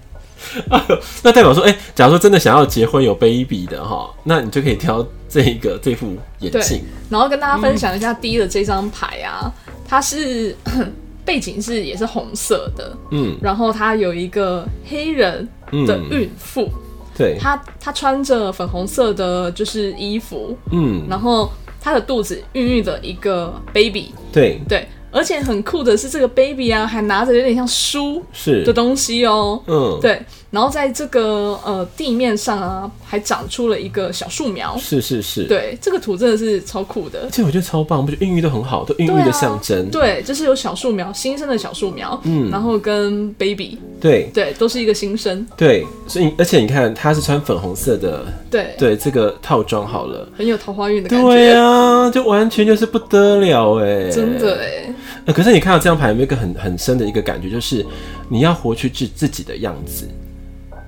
Speaker 1: 那代表说，哎、假如说真的想要结婚有 baby 的哈，那你就可以挑这一个这副眼镜，
Speaker 2: 然后跟大家分享一下 D 的这张牌啊，它是 背景是也是红色的，
Speaker 1: 嗯
Speaker 2: 然后它有一个黑人的
Speaker 1: 嗯，
Speaker 2: 孕妇，
Speaker 1: 对，
Speaker 2: 她她穿着粉红色的就是衣服，
Speaker 1: 嗯，
Speaker 2: 然后她的肚子孕育了一个 baby，
Speaker 1: 对，
Speaker 2: 对，而且很酷的是这个 baby 啊，还拿着有点像书
Speaker 1: 是
Speaker 2: 的，东西哦。
Speaker 1: 嗯，，
Speaker 2: 对，然后在这个呃地面上啊，还长出了一个小树苗。
Speaker 1: 是是是，，
Speaker 2: 对，这个图真的是超酷的
Speaker 1: 而。且我觉得超棒，不就孕育都很好，都孕
Speaker 2: 对
Speaker 1: 育
Speaker 2: 啊
Speaker 1: 的象征，
Speaker 2: 对，就是有小树苗，新生的小树苗，
Speaker 1: 嗯
Speaker 2: 然后跟 baby，
Speaker 1: 对
Speaker 2: 对，都是一个新生，
Speaker 1: 对，所以你而且你看，她是穿粉红色的，
Speaker 2: 对，
Speaker 1: 对，这个套装好了。
Speaker 2: 很有桃花运的感觉，
Speaker 1: 对啊，就完全就是不得了哎，
Speaker 2: 真的哎，
Speaker 1: 呃。可是你看到这张牌，有没有一个很很深的一个感觉，就是你要活出自自己的样子，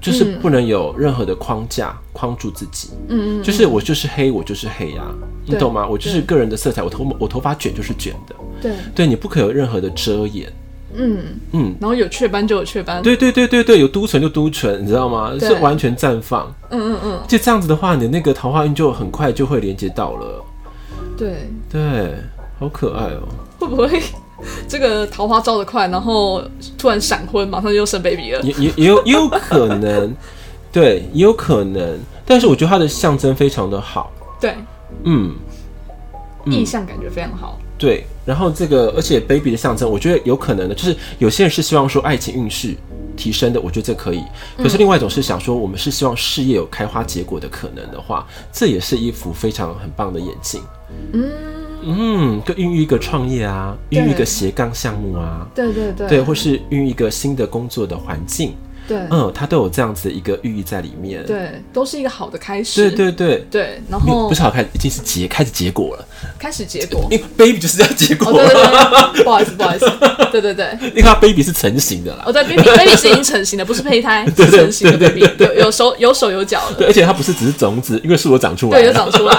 Speaker 1: 就是
Speaker 2: 嗯
Speaker 1: 不能有任何的框架框住自己。
Speaker 2: 嗯，嗯
Speaker 1: 就是我就是黑，我就是黑啊，你
Speaker 2: 对
Speaker 1: 懂吗？我就是
Speaker 2: 对
Speaker 1: 个人的色彩，我头我头发卷就是卷的，
Speaker 2: 嗯对，
Speaker 1: 对你不可有任何的遮掩。
Speaker 2: 嗯，
Speaker 1: 嗯，
Speaker 2: 然后有雀斑就有雀斑，，
Speaker 1: 对对对对对，有都唇就都唇，你知道吗？
Speaker 2: 对
Speaker 1: 是完全绽放。
Speaker 2: 嗯嗯嗯，
Speaker 1: 就这样子的话，你那个桃花运就很快就会连接到了。
Speaker 2: 对，
Speaker 1: 对，好可爱哦、
Speaker 2: 会不会 这个桃花照得快，然后突然闪婚，马上就生 baby 了？
Speaker 1: 也也也有也有可能，对，也有可能。但是我觉得它的象征非常的好，
Speaker 2: 对，
Speaker 1: 嗯，嗯
Speaker 2: 意象感觉非常好，
Speaker 1: 对。然后这个，而且 baby 的象征，我觉得有可能的，就是有些人是希望说爱情运势提升的，我觉得这可以。可
Speaker 2: 嗯
Speaker 1: 是另外一种是想说，我们是希望事业有开花结果的可能的话，这也是一幅非常很棒的眼镜。
Speaker 2: 嗯，
Speaker 1: 嗯，就孕育一个创业啊，孕育一个
Speaker 2: 对
Speaker 1: 斜杠项目啊，
Speaker 2: 对对对，
Speaker 1: 对，或是孕育一个新的工作的环境，
Speaker 2: 对
Speaker 1: 嗯，它都有这样子一个寓意在里面。
Speaker 2: 对，都是一个哦好的开始，
Speaker 1: 对对对，
Speaker 2: 对，然
Speaker 1: 没有
Speaker 2: 后
Speaker 1: 不是好看，已经是结开始结果了，
Speaker 2: 开始结果。
Speaker 1: 因为 baby 就是要结
Speaker 2: 哦，
Speaker 1: 果
Speaker 2: 对
Speaker 1: 了，
Speaker 2: 对对，不好意思，不好意思，对对对，
Speaker 1: 因为它 baby 是成型的啦，
Speaker 2: 哦，对，baby baby 是已经成型的，不是胚胎，
Speaker 1: 对
Speaker 2: 是
Speaker 1: 对
Speaker 2: 成型的
Speaker 1: 对
Speaker 2: baby，有有手有手有脚
Speaker 1: 对，
Speaker 2: 的，
Speaker 1: 而且它不是只是种子，因为是我长出来
Speaker 2: 对，有
Speaker 1: 的，
Speaker 2: 长出来，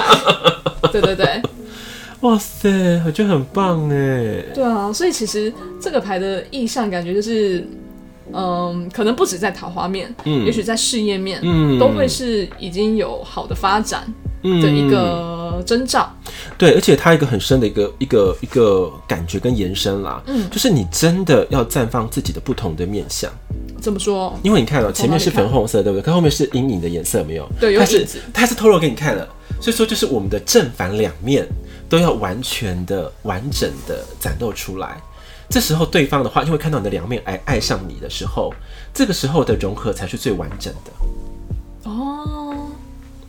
Speaker 2: 对对对，
Speaker 1: 哇塞，我觉得很棒哎，
Speaker 2: 对啊，所以其实这个牌的意象感觉就是，嗯，可能不止在桃花面，
Speaker 1: 嗯
Speaker 2: 也许在事业面，
Speaker 1: 嗯
Speaker 2: 都会是已经有好的发展的一个征兆，
Speaker 1: 对，而且它一个很深的一个一个一个感觉跟延伸啦，
Speaker 2: 嗯
Speaker 1: 就是你真的要绽放自己的不同的面相，
Speaker 2: 这么说，
Speaker 1: 因为你看哦、前面是
Speaker 2: 从哪
Speaker 1: 粉
Speaker 2: 里看
Speaker 1: 红色，对不对？可后面是阴影的颜色，有没有？
Speaker 2: 对有
Speaker 1: 它是
Speaker 2: 影子
Speaker 1: 它是透露给你看了，所以说就是我们的正反两面都要完全的、完整的展露出来。这时候对方的话，因为看到你的两面而爱上你的时候，这个时候的融合才是最完整的。
Speaker 2: 哦，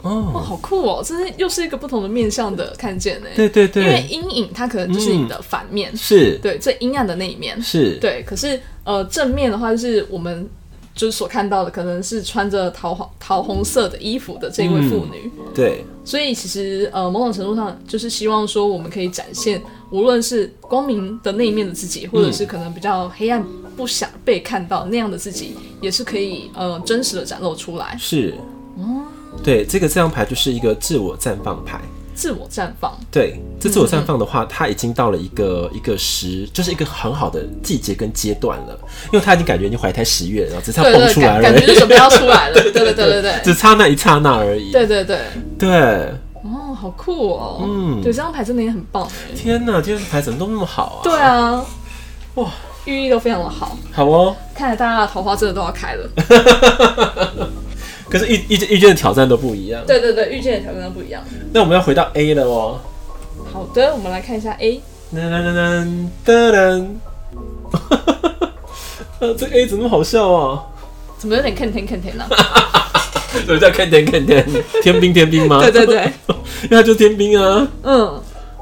Speaker 2: 哇，
Speaker 1: 哦，
Speaker 2: 好酷哦，这是又是一个不同的面向的看见呢，
Speaker 1: 对对
Speaker 2: 因为
Speaker 1: 对，
Speaker 2: 阴影它可能就是你的反面，
Speaker 1: 是，
Speaker 2: 对，最阴暗的那一面，
Speaker 1: 是，
Speaker 2: 对，可是呃，正面的话就是我们就是所看到的，可能是穿着桃红桃红色的衣服的这一
Speaker 1: 嗯
Speaker 2: 位妇女，
Speaker 1: 对，
Speaker 2: 所以其实呃，某种程度上就是希望说我们可以展现，无论是光明的那一面的自己，或者是可能比较黑暗不想被看到那样的自己，也是可以呃真实的展露出来，
Speaker 1: 是。
Speaker 2: 哦
Speaker 1: 对，这个这张牌就是一个自我绽放牌。
Speaker 2: 自我绽放。
Speaker 1: 对，这自我绽放的话，它已经到了一个一个时，就是一个很好的季节跟阶段了，因为它已经感觉已经怀胎十月了，然后只差
Speaker 2: 对
Speaker 1: 蹦
Speaker 2: 对，
Speaker 1: 出来
Speaker 2: 感
Speaker 1: 而
Speaker 2: 感觉就
Speaker 1: 已，
Speaker 2: 准备要 出来了，对对对对对
Speaker 1: 只差那一刹那而已。
Speaker 2: 对对对，
Speaker 1: 对，
Speaker 2: 哦，好酷哦，
Speaker 1: 嗯
Speaker 2: 对，这张牌真的也很棒哎，
Speaker 1: 天哪，今天牌怎么都那么好啊？
Speaker 2: 对，啊，
Speaker 1: 哇，
Speaker 2: 寓意都非常的好，
Speaker 1: 好哦。
Speaker 2: 看来大家的桃花真的都要开了。
Speaker 1: 可是遇遇见遇见的挑战都不一样。
Speaker 2: 对对对，遇见的挑战不一样。
Speaker 1: 那我们要回到 A 了哦。
Speaker 2: 好的，我们来看一下 A，
Speaker 1: 噔噔噔噔噔。 呃，这 A 怎么那么好笑啊？
Speaker 2: 怎么有点看天看天呢？啊
Speaker 1: 我在看点看点，天兵天兵吗？
Speaker 2: 对对对，
Speaker 1: 因为他就是天兵啊。
Speaker 2: 嗯，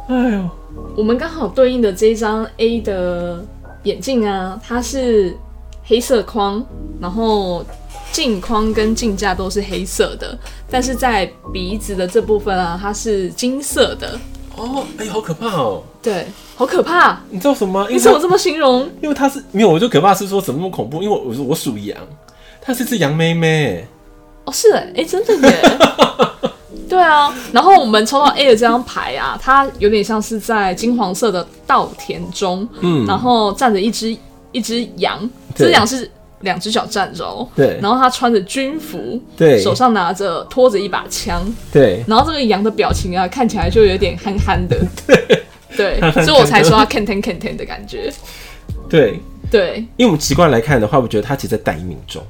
Speaker 1: 哎呦，
Speaker 2: 我们刚好对应的这一张 A 的眼镜啊，它是黑色框，然后镜框跟镜架都是黑色的，但是在鼻子的这部分啊，它是金色的。
Speaker 1: 哦，哎，好可怕哦！
Speaker 2: 对，好可怕！
Speaker 1: 你知道什么吗？因
Speaker 2: 你
Speaker 1: 为
Speaker 2: 怎么
Speaker 1: 它
Speaker 2: 这么形容？
Speaker 1: 因为他是没有，我就可怕是说怎么那么恐怖？因为我我我属羊，它是只羊妹妹。
Speaker 2: 哦，是哎、哎、真的耶。对啊，然后我们抽到 A 的这张牌啊，它有点像是在金黄色的稻田中，
Speaker 1: 嗯
Speaker 2: 然后站着一只一只羊，
Speaker 1: 对
Speaker 2: 这只羊是两只脚站着哦，
Speaker 1: 对
Speaker 2: 然后它穿着军服，
Speaker 1: 对
Speaker 2: 手上拿着拖着一把枪，
Speaker 1: 对，
Speaker 2: 然后这个羊的表情啊，看起来就有点憨憨 的，对，所以我才说它 can ten can ten 的感觉，
Speaker 1: 对，
Speaker 2: 对，
Speaker 1: 因为我们习惯来看的话，我觉得他其实在待命中，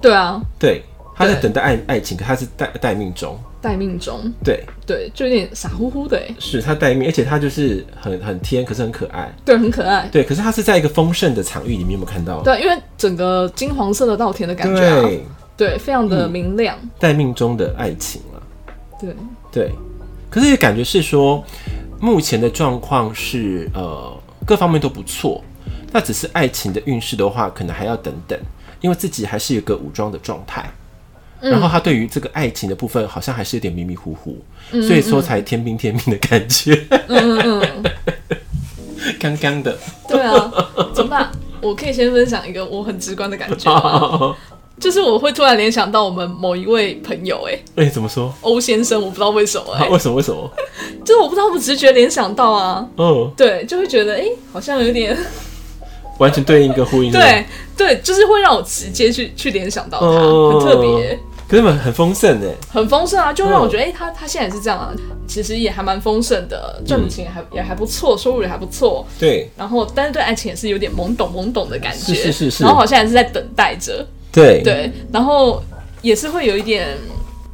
Speaker 2: 对啊，
Speaker 1: 对，他在
Speaker 2: 对
Speaker 1: 等待爱爱情，可他是待待命中，
Speaker 2: 待命中，
Speaker 1: 对，
Speaker 2: 对，就有点傻乎乎的哎，
Speaker 1: 是他待命，而且他就是很很天，可是很可爱，
Speaker 2: 对，很可爱，
Speaker 1: 对，可是他是在一个丰盛的场域里面，有没有看到？
Speaker 2: 对，因为整个金黄色的稻田的感觉啊，
Speaker 1: 对，嗯
Speaker 2: 对，非常的明亮，
Speaker 1: 待命中的爱情啊，
Speaker 2: 对，
Speaker 1: 对，可是也感觉是说，目前的状况是呃各方面都不错，那只是爱情的运势的话，可能还要等等，因为自己还是有个武装的状态。
Speaker 2: 嗯
Speaker 1: 然后他对于这个爱情的部分，好像还是有点迷迷糊糊，所以说才天兵天兵的感觉，
Speaker 2: 嗯嗯嗯，
Speaker 1: 刚刚的。
Speaker 2: 对啊，怎么办？我可以先分享一个我很直观的感 觉吗，
Speaker 1: 哦，
Speaker 2: 就是我会突然联想到我们某一位朋友、哎，
Speaker 1: 哎，怎么说？
Speaker 2: 欧先生，我不知道为什么、
Speaker 1: 啊
Speaker 2: 哎，
Speaker 1: 为什么？为什么？
Speaker 2: 就是我不知道我直觉联想到啊，
Speaker 1: 嗯，
Speaker 2: 对，就会觉得哎、好像有点，
Speaker 1: 完全对应一个呼应。不
Speaker 2: 对，对，就是会让我直接去去联想到他，
Speaker 1: 哦
Speaker 2: 很特别。
Speaker 1: 可是很很丰盛哎，
Speaker 2: 很丰盛啊，就
Speaker 1: 嗯
Speaker 2: 让我觉得，哎、他他现在也是这样啊，其实也还蛮丰盛的，赚的钱也还、也还不错，收入也还不错，
Speaker 1: 对
Speaker 2: 然后但是对爱情也是有点懵懂懵懂的感
Speaker 1: 是
Speaker 2: 觉，
Speaker 1: 是是嗯是
Speaker 2: 然后好像也是在等待着，
Speaker 1: 对，
Speaker 2: 对，然后也是会有一点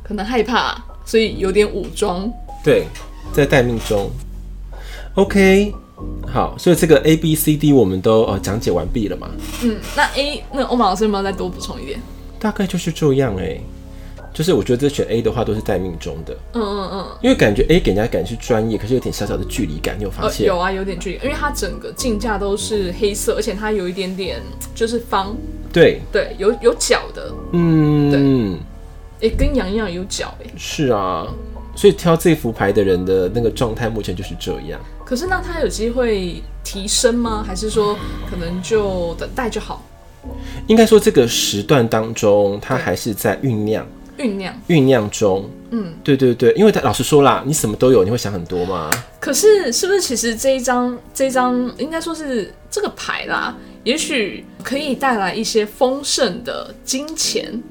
Speaker 2: 可能害怕，所以有点武装，
Speaker 1: 对，在待命中。OK，好，所以这个 A B C D 我们都呃讲解完毕了嘛？
Speaker 2: 嗯，那 A 那欧马老师有没有再多补充一点？
Speaker 1: 大概就是这样哎、就是我觉得这选 A 的话都是待命中的，
Speaker 2: 嗯嗯嗯，
Speaker 1: 因为感觉 A 给人家感觉是专业，可是有点小小的距离感，你有发
Speaker 2: 呃，
Speaker 1: 现？
Speaker 2: 有啊，有点距离，因为它整个镜架都是黑色，而且它有一点点就是方，
Speaker 1: 对，
Speaker 2: 对，有有角的，
Speaker 1: 嗯，
Speaker 2: 哎、跟羊一样有角、哎。
Speaker 1: 是啊，所以挑这副牌的人的那个状态目前就是这样。
Speaker 2: 可是那他有机会提升吗？还是说可能就等待就好，
Speaker 1: 应该说这个时段当中，它
Speaker 2: 对
Speaker 1: 还是在酝酿
Speaker 2: 酝酿？
Speaker 1: 酝酿中。
Speaker 2: 嗯，
Speaker 1: 对对对，因为他老实说啦，你什么都有，你会想很多嘛。
Speaker 2: 可是是不是其实这一张这一张应该说是这个牌啦，也许可以带来一些丰盛的金钱，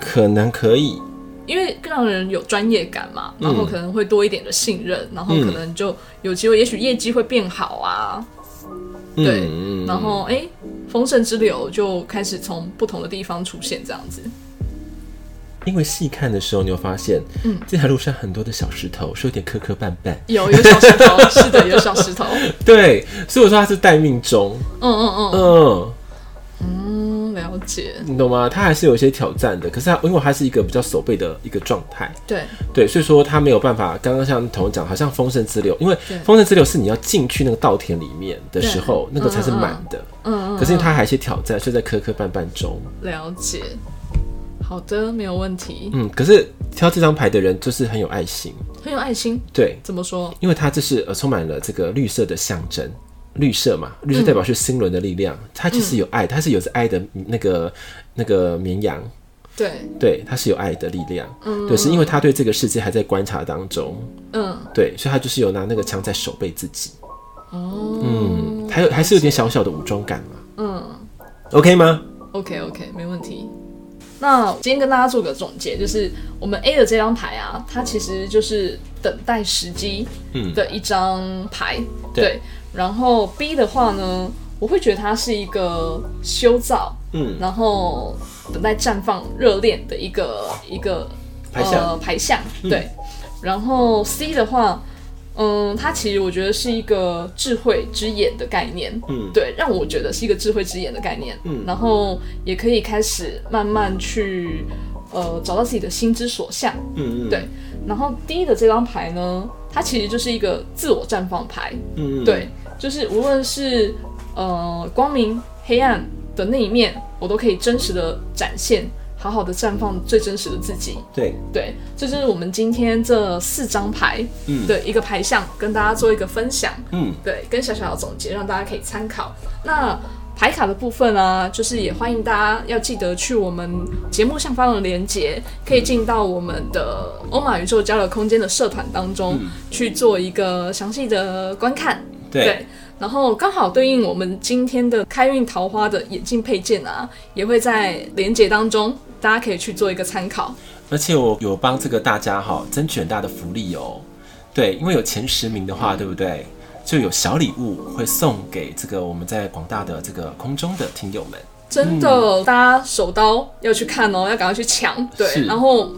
Speaker 1: 可能可以，
Speaker 2: 因为更让人有专业感嘛，然后可能会多一点的信任，然后可能就有机会，也许业绩会变好啊，对
Speaker 1: 嗯
Speaker 2: 然后哎、诶丰盛之流就开始从不同的地方出现这样子。
Speaker 1: 因为细看的时候，你会发现，嗯
Speaker 2: 嗯，
Speaker 1: 这条路上很多的小石头，是有点磕磕绊绊。
Speaker 2: 有有小石头，是的，有小石头。
Speaker 1: 对，所以我说它是待命中，
Speaker 2: 嗯嗯嗯。
Speaker 1: 嗯，
Speaker 2: 嗯，了解。
Speaker 1: 你懂吗？它还是有一些挑战的，可是它因为它是一个比较守备的一个状态，
Speaker 2: 对，
Speaker 1: 对，所以说它没有办法。刚刚像同讲，好像丰盛之流，因为
Speaker 2: 对
Speaker 1: 丰盛之流是你要进去那个稻田里面的时候，那个才是满的。
Speaker 2: 嗯，
Speaker 1: 可是因为它还有一些挑战，所以在磕磕绊绊中，
Speaker 2: 了解。好的，没有问题，
Speaker 1: 嗯，可是挑这张牌的人就是很有爱心，
Speaker 2: 很有爱心。
Speaker 1: 对，
Speaker 2: 怎么说？
Speaker 1: 因为它这是呃充满了这个绿色的象征，绿色嘛，绿色代表是心轮的力量，
Speaker 2: 嗯
Speaker 1: 它其实有爱，它是有着爱的那个那个绵羊，
Speaker 2: 对，
Speaker 1: 对，它是有爱的力量，对，是因为他对这个世界还在观察当中，
Speaker 2: 嗯，
Speaker 1: 对，所以他就是有拿那个枪在守备自己，
Speaker 2: 哦，
Speaker 1: 嗯，还有还是有点小小的武装感嘛
Speaker 2: 嗯哦
Speaker 1: ，OK 吗？
Speaker 2: ，OK OK，没问题。那今天跟大家做个总结，就是我们 A 的这张牌啊，它其实就是等待时机
Speaker 1: 嗯
Speaker 2: 的一张牌。
Speaker 1: 对
Speaker 2: 然后 B 的话呢，我会觉得它是一个修造，
Speaker 1: 嗯，
Speaker 2: 然后等待绽放热恋的一个一个
Speaker 1: 排象
Speaker 2: 呃、排象
Speaker 1: 嗯
Speaker 2: 对。然后 C 的话，嗯，它其实我觉得是一个智慧之眼的概念，
Speaker 1: 嗯
Speaker 2: 对，让我觉得是一个智慧之眼的概念，
Speaker 1: 嗯
Speaker 2: 然后也可以开始慢慢去。呃找到自己的心之所向。
Speaker 1: 嗯嗯，
Speaker 2: 对然后第一的这张牌呢，它其实就是一个自我绽放牌，
Speaker 1: 嗯嗯，
Speaker 2: 对，就是无论是呃光明、黑暗的那一面，我都可以真实的展现，好好的绽放最真实的自己。
Speaker 1: 对，
Speaker 2: 对，这就是我们今天这四张牌
Speaker 1: 嗯
Speaker 2: 的一个牌相，跟大家做一个分享，
Speaker 1: 嗯
Speaker 2: 对，跟小小的总结，让大家可以参考。那牌卡的部分呢、就是也欢迎大家要记得去我们节目下方的连接，可以进到我们的欧马宇宙交流空间的社团当中、去做一个详细的观看。
Speaker 1: 嗯对，
Speaker 2: 然后刚好对应我们今天的开运桃花的眼镜配件啊，也会在连接当中，大家可以去做一个参考。
Speaker 1: 而且我有帮这个大家哈争取很大的福利哦，对，因为有前十名的话，
Speaker 2: 嗯
Speaker 1: 对不对？就有小礼物会送给这个我们在广大的这个空中的听友们，
Speaker 2: 真的，大家手刀要去看哦，要赶快去抢。
Speaker 1: 嗯是
Speaker 2: 对，然后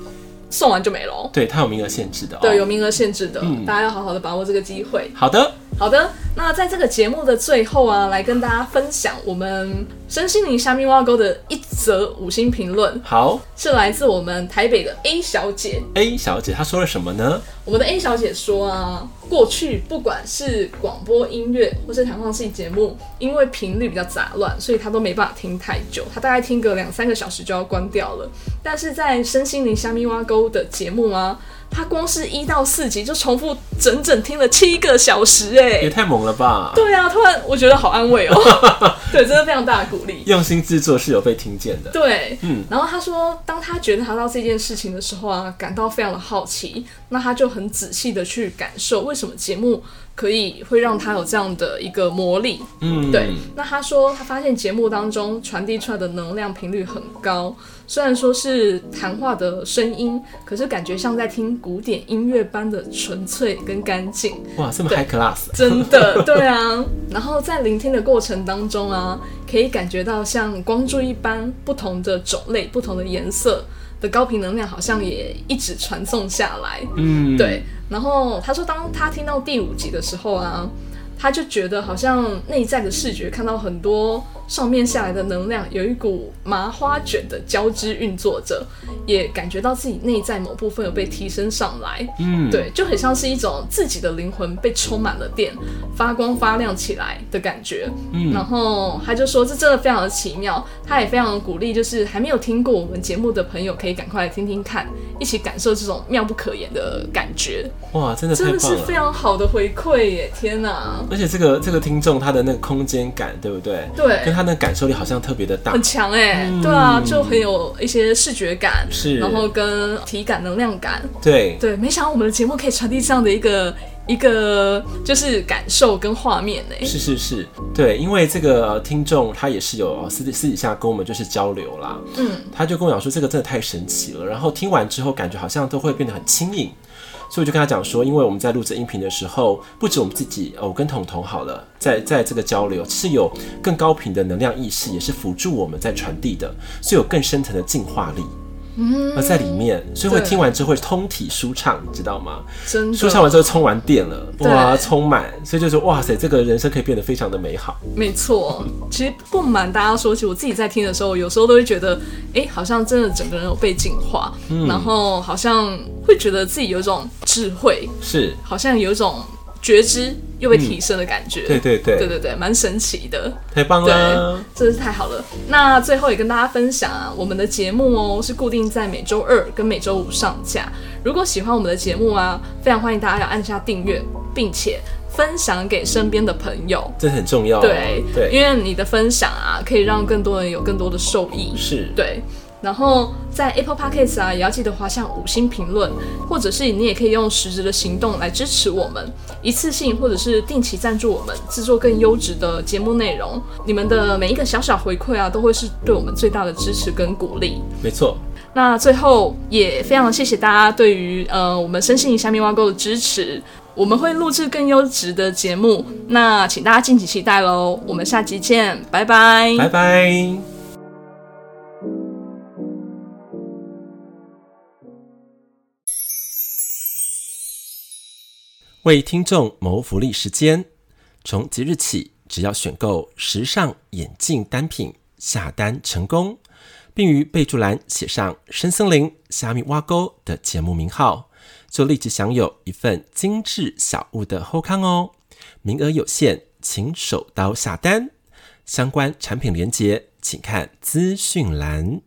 Speaker 2: 送完就没了哦。
Speaker 1: 对，它有名额限制的哦。
Speaker 2: 对，有名额限制的，
Speaker 1: 嗯
Speaker 2: 大家要好好的把握这个机会。
Speaker 1: 好的，
Speaker 2: 好的，那在这个节目的最后啊，来跟大家分享我们身心灵虾米挖沟的一则五星评论，
Speaker 1: 好
Speaker 2: 是来自我们台北的 A 小姐。
Speaker 1: ，A 小姐她说了什么呢？
Speaker 2: 我们的 A 小姐说啊，过去不管是广播音乐或是谈话性节目，因为频率比较杂乱，所以她都没办法听太久，她大概听个两三个小时就要关掉了。但是在身心灵虾米挖沟的节目啊，她光是一到四集就重复整整听了七个小时、
Speaker 1: 也
Speaker 2: 欸，哎，
Speaker 1: 太猛了吧！
Speaker 2: 对啊，突然我觉得好安慰哦， 对，真的非常大的鼓励。
Speaker 1: 用心制作是有被听见的。
Speaker 2: 对，
Speaker 1: 嗯
Speaker 2: 然后他说，当他觉察到这件事情的时候啊，感到非常的好奇，那他就很仔细的去感受为什么节目可以会让他有这样的一个魔力。
Speaker 1: 嗯，
Speaker 2: 对，那他说他发现节目当中传递出来的能量频率很高，虽然说是谈话的声音，可是感觉像在听古典音乐般的纯粹跟干净。
Speaker 1: 哇，这么
Speaker 2: 对
Speaker 1: high class，
Speaker 2: 真的，对啊。然后在聆听的过程当中啊，可以感觉到像光柱一般，不同的种类、不同的颜色的高频能量，好像也一直传送下来。
Speaker 1: 嗯，
Speaker 2: 对，然后他说，当他听到第五集的时候啊，他就觉得好像内在的视觉看到很多上面下来的能量，有一股麻花卷的交织运作着，也感觉到自己内在某部分有被提升上来。
Speaker 1: 嗯，
Speaker 2: 对，就很像是一种自己的灵魂被充满了电，发光发亮起来的感觉。
Speaker 1: 嗯
Speaker 2: 然后他就说这真的非常的奇妙，他也非常鼓励，就是还没有听过我们节目的朋友，可以赶快来听听看，一起感受这种妙不可言的感觉，
Speaker 1: 哇，真的太
Speaker 2: 真的
Speaker 1: 棒
Speaker 2: 是
Speaker 1: 了
Speaker 2: 非。常好的回馈耶！天哪，
Speaker 1: 而且这个这个听众他的那个空间感，对不对？跟
Speaker 2: 对。
Speaker 1: 他的感受力好像特别的大
Speaker 2: 很。强哎、对啊，就很有一些视觉感，
Speaker 1: 嗯是
Speaker 2: 然后跟体感、能量感，
Speaker 1: 对，
Speaker 2: 对，没想到我们的节目可以传递这样的一个一个就是感受跟画面呢、
Speaker 1: 是是是，对，因为这个呃听众他也是有呃私底私底下跟我们就是交流啦，
Speaker 2: 嗯，
Speaker 1: 他就跟我讲说这个真的太神奇了，然后听完之后感觉好像都会变得很轻盈，所以我就跟他讲说，因为我们在录制音频的时候，不止我们自己，呃，我跟彤彤好了，在在这个交流是有更高频的能量意识，也是辅助我们在传递的，是有更深层的进化力。
Speaker 2: 嗯
Speaker 1: 而在里面，所以会
Speaker 2: 对
Speaker 1: 听完之后会通体舒畅，你知道吗？
Speaker 2: 真的，
Speaker 1: 舒畅完之后充完电了，
Speaker 2: 嗯对
Speaker 1: 哇，充满，所以就说哇塞，这个人生可以变得非常的美好。
Speaker 2: 没错。其实不瞒大家说，其实我自己在听的时候，有时候都会觉得，哎、好像真的整个人有被净化，
Speaker 1: 嗯
Speaker 2: 然后好像会觉得自己有一种智慧，
Speaker 1: 是，
Speaker 2: 好像有一种觉知又被提升的感觉。
Speaker 1: 对对嗯对，
Speaker 2: 对对对，蛮神奇的。
Speaker 1: 太棒了，
Speaker 2: 真是太好了。那最后也跟大家分享啊，我们的节目哦是固定在每周二跟每周五上架。如果喜欢我们的节目啊，非常欢迎大家要按下订阅，并且分享给身边的朋友。
Speaker 1: 这很重要哦。
Speaker 2: 对，因
Speaker 1: 对，
Speaker 2: 为你的分享啊，可以让更多人有更多的受益。
Speaker 1: 是，
Speaker 2: 对。然后在 Apple Podcast 啊，也要记得划向五星评论，或者是你也可以用实质的行动来支持我们，一次性或者是定期赞助我们，制作更优质的节目内容。你们的每一个小小回馈啊，都会是对我们最大的支持跟鼓励。
Speaker 1: 没错，
Speaker 2: 那最后也非常谢谢大家对于呃我们身心灵虾米挖沟的支持，我们会录制更优质的节目，那请大家敬请期待喽。我们下集见，拜拜
Speaker 1: 拜拜。为听众谋福利时间，从即日起，只要选购时尚眼镜单品下单成功，并于备注栏写上“深森林虾米挖沟”的节目名号，就立即享有一份精致小物的后康哦。名额有限，请手刀下单。相关产品链接请看资讯栏。